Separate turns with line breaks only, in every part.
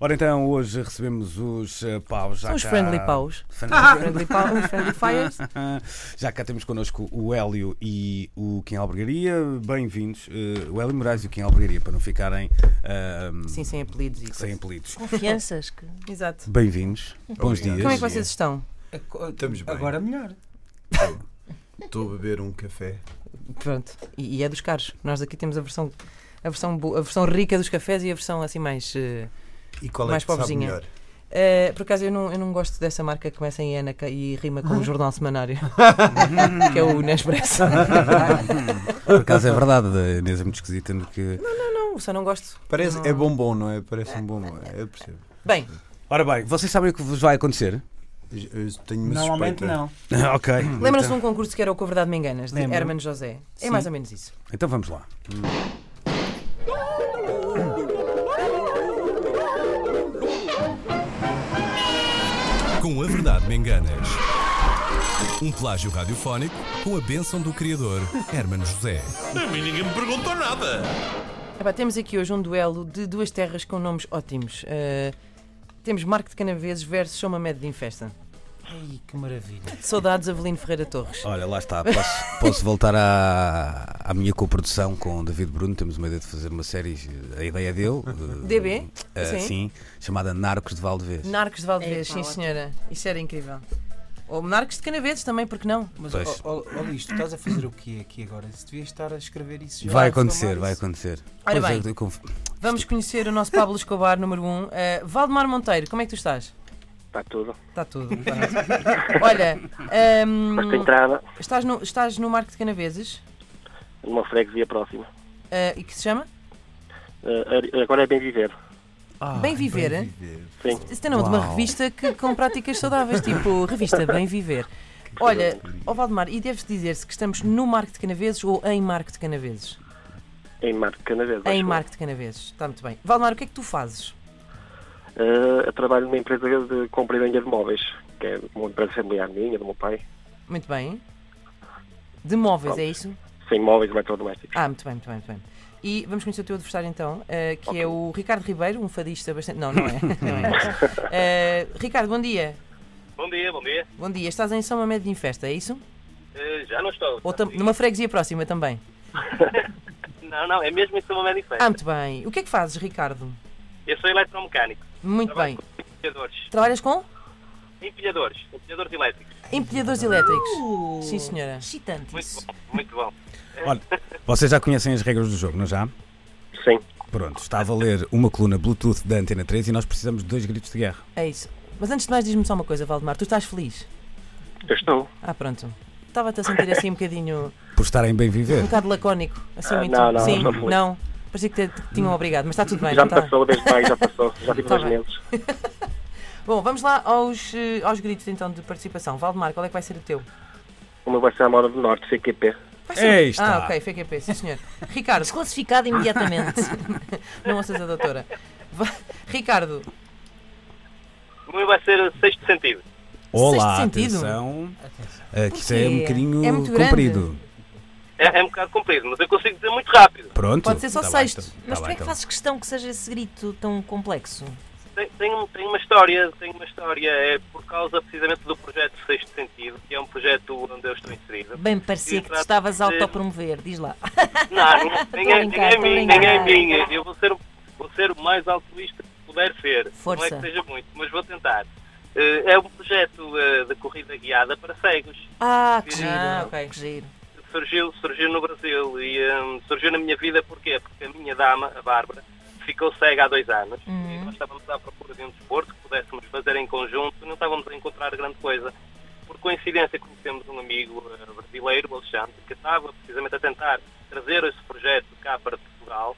Ora então, hoje recebemos os eh, paus. Já
São os
cá-
friendly paus.
Friendly-
Os friendly paus, os friendly fires.
Já cá temos connosco o Hélio e o Kim Albergaria. Bem-vindos, eh, o Hélio Moraes e o Kim Albergaria, para não ficarem ahm,
Sim, sem apelidos e
sem
coisas.
apelidos.
Confianças que.
Exato.
Bem-vindos, bons
Obrigado.
dias.
Como é que vocês estão?
Estamos bem.
Agora melhor.
Estou a beber um café.
Pronto. E, e é dos caros. Nós aqui temos a versão, a versão, bo- a versão rica dos cafés e a versão assim mais. eh,
E qual
Mais
é que sabe
pobrezinha.
melhor?
eh, por acaso eu não, eu não gosto dessa marca que começa em Ana ca- e rima com o jornal semanário, que é o Nespresso.
Por acaso é verdade, a Inês é muito esquisita no que.
não, só não gosto.
Parece,
Não.
é bombom, não é? Parece um bombom. Eu percebo.
Bem,
Ora bem, vocês sabem o que vos vai acontecer?
Eu eu tenho uma
Normalmente
suspeita.
não.
ok.
lembram-se de
então,
um concurso que era o Que a Verdade Me Enganas, de
Lembro.
Herman José? É
Sim.
mais ou menos isso.
então vamos lá.
Com a verdade me enganas. Um plágio radiofónico com a bênção do criador, Hermano José.
A mim ninguém me perguntou nada.
Epá, temos aqui hoje um duelo de duas terras com nomes ótimos. Eh, temos Marco de Canaveses versus Soma Med de Infesta.
Ai, que maravilha.
Saudades Avelino Ferreira Torres.
Olha, lá está. Posso, posso voltar à, à minha coprodução com o David Bruno. Temos uma ideia de fazer uma série, a ideia é dele. de-
DB?
eh,
Sim.
sim. chamada Narcos de Valdevez.
Narcos de Valdevez,
Ei,
sim
pá,
senhora. Isso era incrível. Ou Narcos de Canaveses também, porque não?
Mas
Pois.
ó- ó- olha isto, estás a fazer o quê aqui agora? Se devias estar a escrever
oh,
isso já.
Vai
a filmar
acontecer,
isso.
vai acontecer.
Ora
Pois é,
bem.
eu conf-
Vamos conhecer o nosso Pablo Escobar, número 1. Um. Eh, Valdemar Monteiro, como é que tu estás?
Está Tá tudo.
Está tudo. pronto. Olha, ehm,
Mas tá- tem entrada
estás, no, estás no Marco de Canaveses,
numa freguesia próxima.
eh, e que se chama?
Eh, agora é bem viver.
Ah,
Bem Viver. eh?
Sim.
Isso tem nome de uma
Uau.
revista que, com práticas saudáveis, tipo revista Bem Viver. Olha, ó Valdemar, e deves dizer-se que estamos no Marco de Canaveses ou em Marco de Canaveses?
Em Marco Canavês.
Em Marco de Canaveses, está muito bem. Valdemar, o que é que tu fazes?
Eh, eu trabalho numa empresa de compra e venda de móveis, que é uma empresa familiar minha, do meu pai.
Muito bem. De móveis, é isso?
Sem móveis eletrodomésticos.
Ah, muito bem, muito bem, muito bem. E vamos conhecer o teu adversário então, eh, que é o Ricardo Ribeiro, um fadista bastante. Não, não é. Não é. Eh, Ricardo, bom dia.
Bom dia, bom dia.
Bom dia. Estás em São Mamed de Infesta, é isso?
Eh, já não estou.
Ou tam- numa freguesia próxima também?
Não, não, é mesmo isso uma manifesta.
Ah, muito bem. O que é que fazes, Ricardo?
Eu sou eletromecânico,
Muito bem.
empilhadores.
Trabalhas com?
Empilhadores, empilhadores elétricos.
Empilhadores
Uhum.
elétricos. Sim, senhora.
Excitante
Muito
isso.
bom, Tá muito bom.
Olha, vocês já conhecem as regras do jogo, não é já?
Sim.
Pronto, está a valer uma coluna Bluetooth da Antena 3 e nós precisamos de dois gritos de guerra.
É isso. Mas antes de mais, diz-me só uma coisa, Valdemar. Tu estás feliz?
Eu estou.
Ah, pronto. Estava-te a sentir assim um bocadinho.
Por estarem bem
um
viver.
bocado lacónico. Assim
Ah,
muito.
não, não,
Sim,
não fui.
não. Parecia que te que tinham obrigado, mas está tudo bem. então.
já
não está?
passou, desde pai, já passou. Já tive
Tá
dois
bem.
meses.
Bom, vamos lá aos, eh, aos gritos então de participação. Valdemar, qual é que vai ser o teu?
O meu vai ser a Mora do Norte, CQP.
Vai ser-
Ei, está.
Ah, ok, FQP, sim senhor. Ricardo,
Desclassificado imediatamente.
não ouças a doutora. Va- Ricardo,
O meu vai ser o sexto sentido.
Olá,
Sexto sentido.
atenção. eh, que isso é um
Porquê?
bocadinho
É muito grande.
comprido.
É, é um bocado comprido, mas eu consigo dizer muito rápido.
Pronto.
Pode ser só
Tá
sexto.
bem, então.
Mas
Tá
porquê
bem,
é que
então.
fazes questão que seja esse grito tão complexo?
Tem, tem, um- tem uma história, tem uma história. É por causa precisamente do projeto Sexto Sentido, que é um projeto onde eu estou inserido.
Bem, me parecia que te
Exato. É.
estavas a autopromover, diz lá.
Não, nem é,
Tô
nem
a brincar,
é
tô a
minha, nem é
brincar.
minha. Eu vou ser, o- vou ser o mais altruísta que puder ser. Não é
Força.
que seja muito, mas vou tentar. Eh, É um projeto eh, de corrida guiada para cegos.
Ah, que giro.
Ah, ok.
Que giro.
surgiu, surgiu no Brasil e hum, surgiu na minha vida porquê? Porque a minha dama, a Bárbara, ficou cega há dois anos e nós estávamos à procura de um desporto que pudéssemos fazer em conjunto e não estávamos a encontrar grande coisa. Por coincidência conhecemos um amigo eh, brasileiro, o Alexandre, que estava precisamente a tentar trazer esse projeto cá para Portugal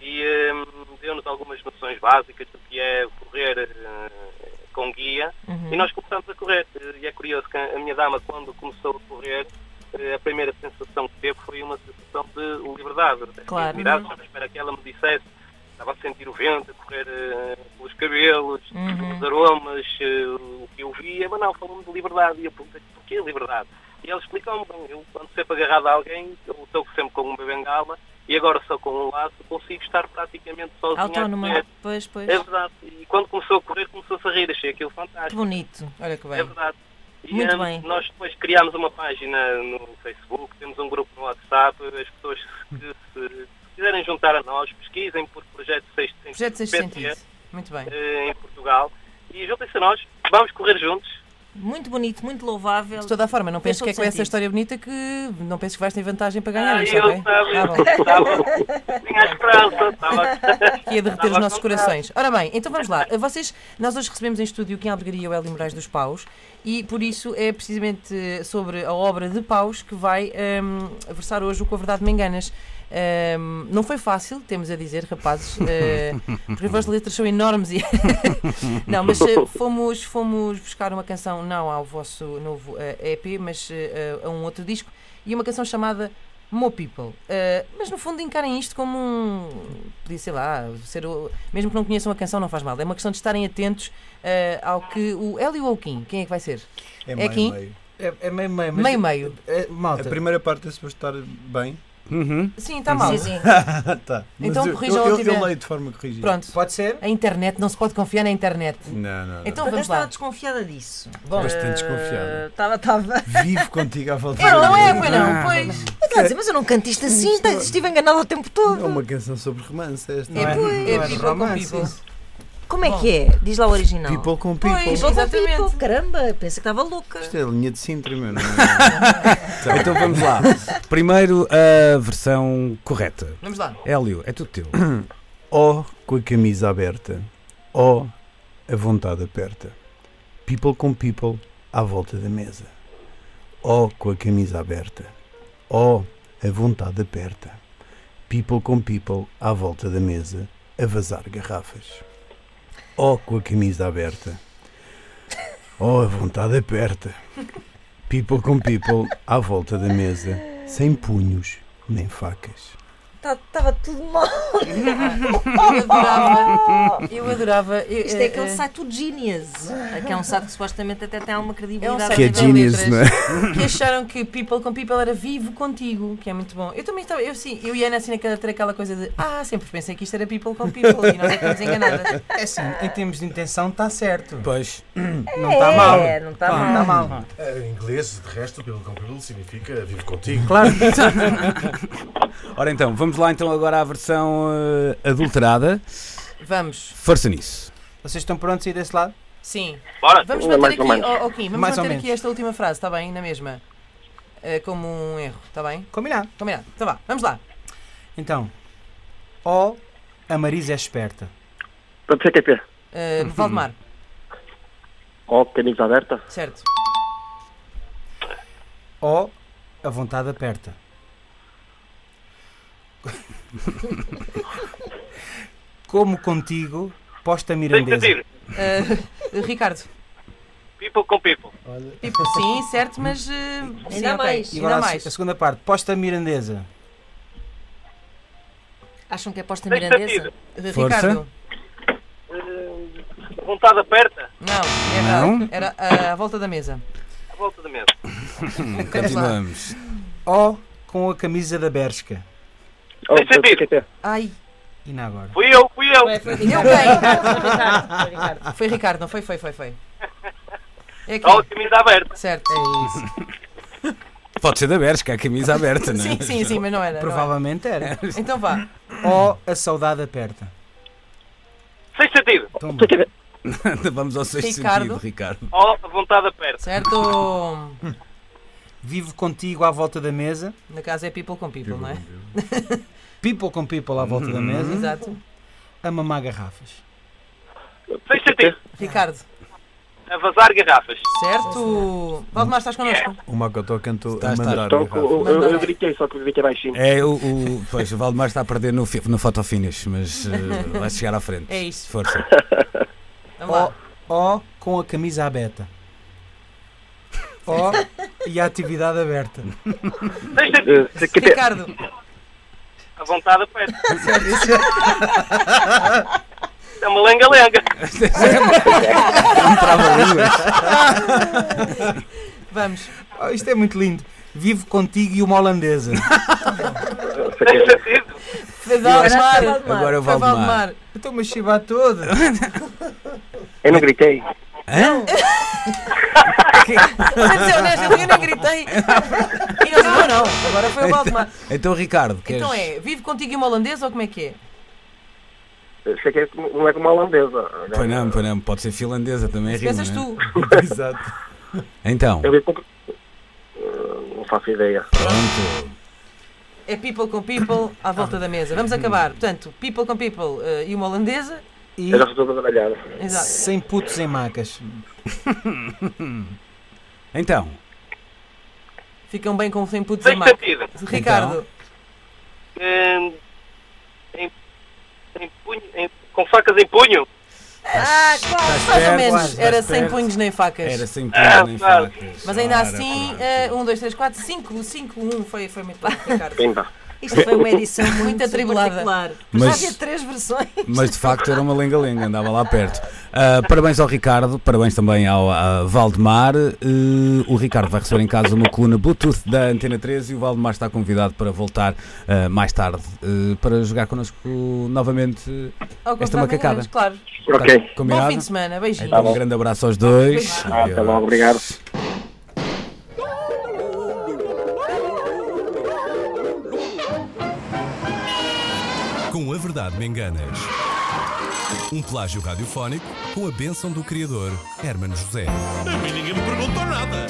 e hum, deu-nos algumas noções básicas do que é correr eh, com guia e nós começamos a correr. E é curioso que a minha dama, quando começou a correr, eh, a primeira sensação que teve foi uma sensação de liberdade.
Claro.
Eu Virado, estava à espera que ela me dissesse, estava a sentir o vento a correr eh, pelos cabelos,
Uhum.
os aromas, eh, o que eu via, mas não, falou-me de liberdade. E eu perguntei, porquê liberdade? E ela explicou-me, bem, eu quando sempre agarrado a alguém, eu estou sempre com uma bengala, e agora só com um laço consigo estar praticamente sozinho
Autónoma.
a correr.
Pois, pois.
É verdade. E quando começou a correr, começou-se a rir. Achei aquilo fantástico.
Que bonito.
Olha que
É
bem.
verdade. E,
Muito
hum,
bem.
Nós depois criámos uma página no Facebook, temos um grupo no WhatsApp, as pessoas que se quiserem juntar a nós, pesquisem por Projeto 6
Projeto Sexto Sentido. Muito bem.
eh, em Portugal e juntem-se a nós, vamos correr juntos.
Muito bonito, muito louvável.
De toda a forma, não penses que é
Fez
com
todo
essa
sentido.
história bonita que não penses que vais ter vantagem para
Ah,
ganhar, está
eu
bem? Ah, bom.
estava, estava, tinha a esperança, tá estava,
que ia derreter os
Estava
nossos
à vontade.
corações. Ora bem, então vamos lá. Vocês, nós hoje recebemos em estúdio Kim Albergaria e o Hélio Moraes dos Paus e por isso é precisamente eh, sobre a obra de Paus que vai ehm, versar hoje o Com a Verdade Me Enganas. Ehm, não foi fácil, temos a dizer, rapazes, eh, porque as vossas letras são enormes e não, mas eh, fomos, fomos buscar uma canção, não ao vosso novo eh, EP, mas eh, a um outro disco, e uma canção chamada Mo People. Eh, mas no fundo encarem isto como um. Podia, sei lá, ser o- mesmo que não conheçam a canção, não faz mal. É uma questão de estarem atentos eh, ao que. O Hélio ou o Kim? Quem é que vai ser? É
meio,
aqui?
meio.
É, é meio meio. mas-
Meio-meio.
É,
A
malta,
primeira parte é suposto estar bem.
Uhum.
Sim, está mal.
Sim, sim.
Ah, tá. Mas
Então
eu,
corrijam
eu,
onde
eu,
tiver.
eu leio de forma corrigida.
Pronto.
pode ser?
A internet, não se pode confiar na internet.
Não, não, não.
Então
Por acaso
vamos
estava
lá.
desconfiada disso. eh,
Bom,
Bastante desconfiada.
Estava, estava.
Vivo contigo à volta.
é, Então- não é, pois
Ah,
não, pois.
Eu estava a dizer, mas eu não canto isto assim, tá- estive enganada o tempo todo.
É uma canção sobre romance esta.
Não é-
É,
não é
people com
romance,
people.
isso.
Como é que é? Diz lá o original.
People com people.
Pois.
People com
Exatamente.
people. Caramba, pensa que estava louca.
Isto é a linha de Sintra, meu. Não é?
Então vamos lá. Primeiro a versão correta.
Vamos lá.
Hélio, é tudo teu.
Ó Oh, com a camisa aberta, ó a vontade aperta, people com people à volta da mesa. Ó com a camisa aberta, ó a vontade aperta, people com people à volta da mesa a vazar garrafas. Ó com a camisa aberta, ó a vontade aperta, people com people à volta da mesa sem punhos nem facas.
Estava Tá, tudo mal.
Eu adorava. Eu adorava. eu-
Isto
eh,
é aquele
eh,
site do Genius. Aquele é um site que supostamente até tem alguma credibilidade.
um site
Que é
Nível
genius,
letras.
não é?
que acharam que People com People era vivo contigo, que é muito bom. Eu também estava, eu sim, eu e a Ana assim naquela ter aquela coisa de ah, sempre pensei que isto era People com People e nós é que nos enganadas.
É assim, em termos de intenção está certo.
Pois.
Não está mal.
É, não
tá
está
Não está
mal.
mal.
Em É, inglês, de resto, pelo compilado significa vivo contigo.
Claro. Ora então, vamos lá então agora à versão eh, adulterada.
Vamos,
Força nisso.
Vocês estão prontos a ir desse lado?
sim.
bora.
Vamos
Mais
manter aqui,
ou menos.
oh, oh, Kim, vamos
Mais ou
manter
menos.
aqui esta última frase, está bem? Na mesma. Eh, como um erro, está bem?
Combinado.
Combinado. Então vá, vamos lá.
Então, ó, a Marisa é esperta.
Para dizer que é
Eh, Valdemar,
Ó, camisa aberta.
certo.
Ó, a vontade aperta. Como contigo, posta
Tem que
mirandesa.
dizer,
Eh, Ricardo,
people com people.
tipo, sim, certo, mas eh, sim,
Ainda
ok.
mais.
E
Ainda
agora a,
mais.
se- a segunda parte, posta mirandesa.
Acham que é posta
Tem
mirandesa?
sentido.
Força.
Ricardo,
Eh, vontade aperta,
não,
Não?
era, era à volta da mesa.
à volta da mesa.
é
Continuamos.
Ó, com a camisa da Bershka.
Ó,
Tem
para dizer
sentido.
que é
Ai,
E na agora?
Fui eu, fui eu.
eu bem. Foi Ricardo, não foi? Foi, foi, foi. É aqui.
Ó, camisa aberta.
Certo.
Pode ser da Bershka, a camisa aberta, não é?
Sim, sim, sim, mas não era. não era.
Provavelmente era.
Então vá.
Ó, a saudade aperta.
Sem sentido.
Toma.
Vamos ao sexto
Ricardo.
sentido, Ricardo.
Ó, a vontade aperta.
Certo.
Vivo contigo à volta da mesa.
Na casa é people com people, não é?
People com people à volta da mesa.
Exato.
A mamar garrafas.
Sem sentido.
Ricardo,
A vazar garrafas.
certo. Valdemar, estás connosco?
O Makoto cantou
Está,
a
está.
mandar
Então,
garrafas.
eu, eu, eu gritei, só que gritei baixinho.
É, o, o, pois, o Valdemar está a perder no, fi- no fotofinish, mas eh, vai chegar à frente.
É isso.
Força.
Então Vamos
Ó,
lá.
ó com a camisa aberta. Ó e a atividade aberta.
Sem sentido.
Eh, dizer que é-
Ricardo,
A vontade aperta. É uma lenga-lenga.
Um trava-línguas.
vamos.
Oh, isto é muito lindo. vivo contigo e uma holandesa.
Tem sentido.
Foi
Agora-
Valdemar.
Agora o
Foi
Valdemar.
Valdemar.
Estou uma chiba Então, toda.
Eu não gritei.
Hã?
Para ser honesto, eu nem gritei. E eles, não, não, agora foi o Valdemar.
Então, Ricardo, queres...
Então é, vive contigo e uma holandesa ou como é que é?
Eu Sei que é- não é como a holandesa. né?
Pois não, pois não, pode ser finlandesa também.
Se
rima,
pensas
não é?
tu.
Exato.
Então,
Eu vi com... Não faço ideia.
pronto.
É people com people à volta da mesa. Vamos acabar. Portanto, people com people eh, e uma holandesa.
E
Eu já estou toda baralhada.
Exato.
sem putos em macas.
Então,
Ficam bem com sem putos em
Tem
mar.
sentido.
Ricardo,
Hum, em- em punho- em- com facas em punho?
ah, quase, mais ou
perto,
menos.
quase,
Era
estás
sem
perto.
punhos nem
era
facas.
sem
Ah,
pontos nem
claro.
facas.
Mas ainda
Ora,
assim,
pronto.
eh, um, dois, três, quatro, cinco, cinco, um. Foi, foi muito bom, Ricardo.
Pimba.
Isto foi uma edição muito,
atribulada.
particular.
Mas-
Já havia três versões.
Mas de facto era uma lenga-lenga, andava lá perto. Ah, parabéns ao Ricardo, parabéns também ao a Valdemar. Eh, o Ricardo vai receber em casa uma coluna Bluetooth da Antena 13 e o Valdemar está convidado para voltar ah, mais tarde eh, para jogar connosco novamente.
Ao
Esta
contrário,
macacada.
menos, Claro.
Ok.
Bom
Combinado?
fim de semana. Beijinho.
Então, um grande abraço aos dois.
Ah, Até logo. Obrigado.
Com a Verdade Me Enganas. Um plágio radiofónico com a bênção do criador Hermano José.
A mim ninguém me perguntou nada.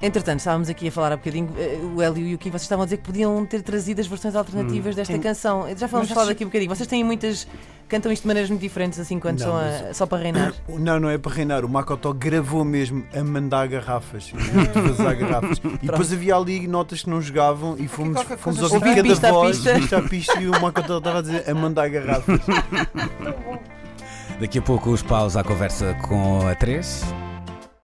Entretanto, estávamos aqui a falar há bocadinho, eh, o Hélio e o Kim, vocês estavam a dizer que podiam ter trazido as versões alternativas desta canção. Já falamos falar daqui um bocadinho. Vocês têm muitas. cantam isto de maneiras muito diferentes, assim, quando
Não,
são a- só para reinar.
Não, não é para reinar. O Makoto gravou mesmo a mandar garrafas. a vazar garrafas. E depois havia ali notas que não jogavam e fomos,
qualquer
fomos
coisa
ouvir cada
estranha. Pista a
voz,
pista.
pista a pista, e o Makoto estava a dizer a mandar garrafas.
Daqui a pouco os paus à conversa com a 3.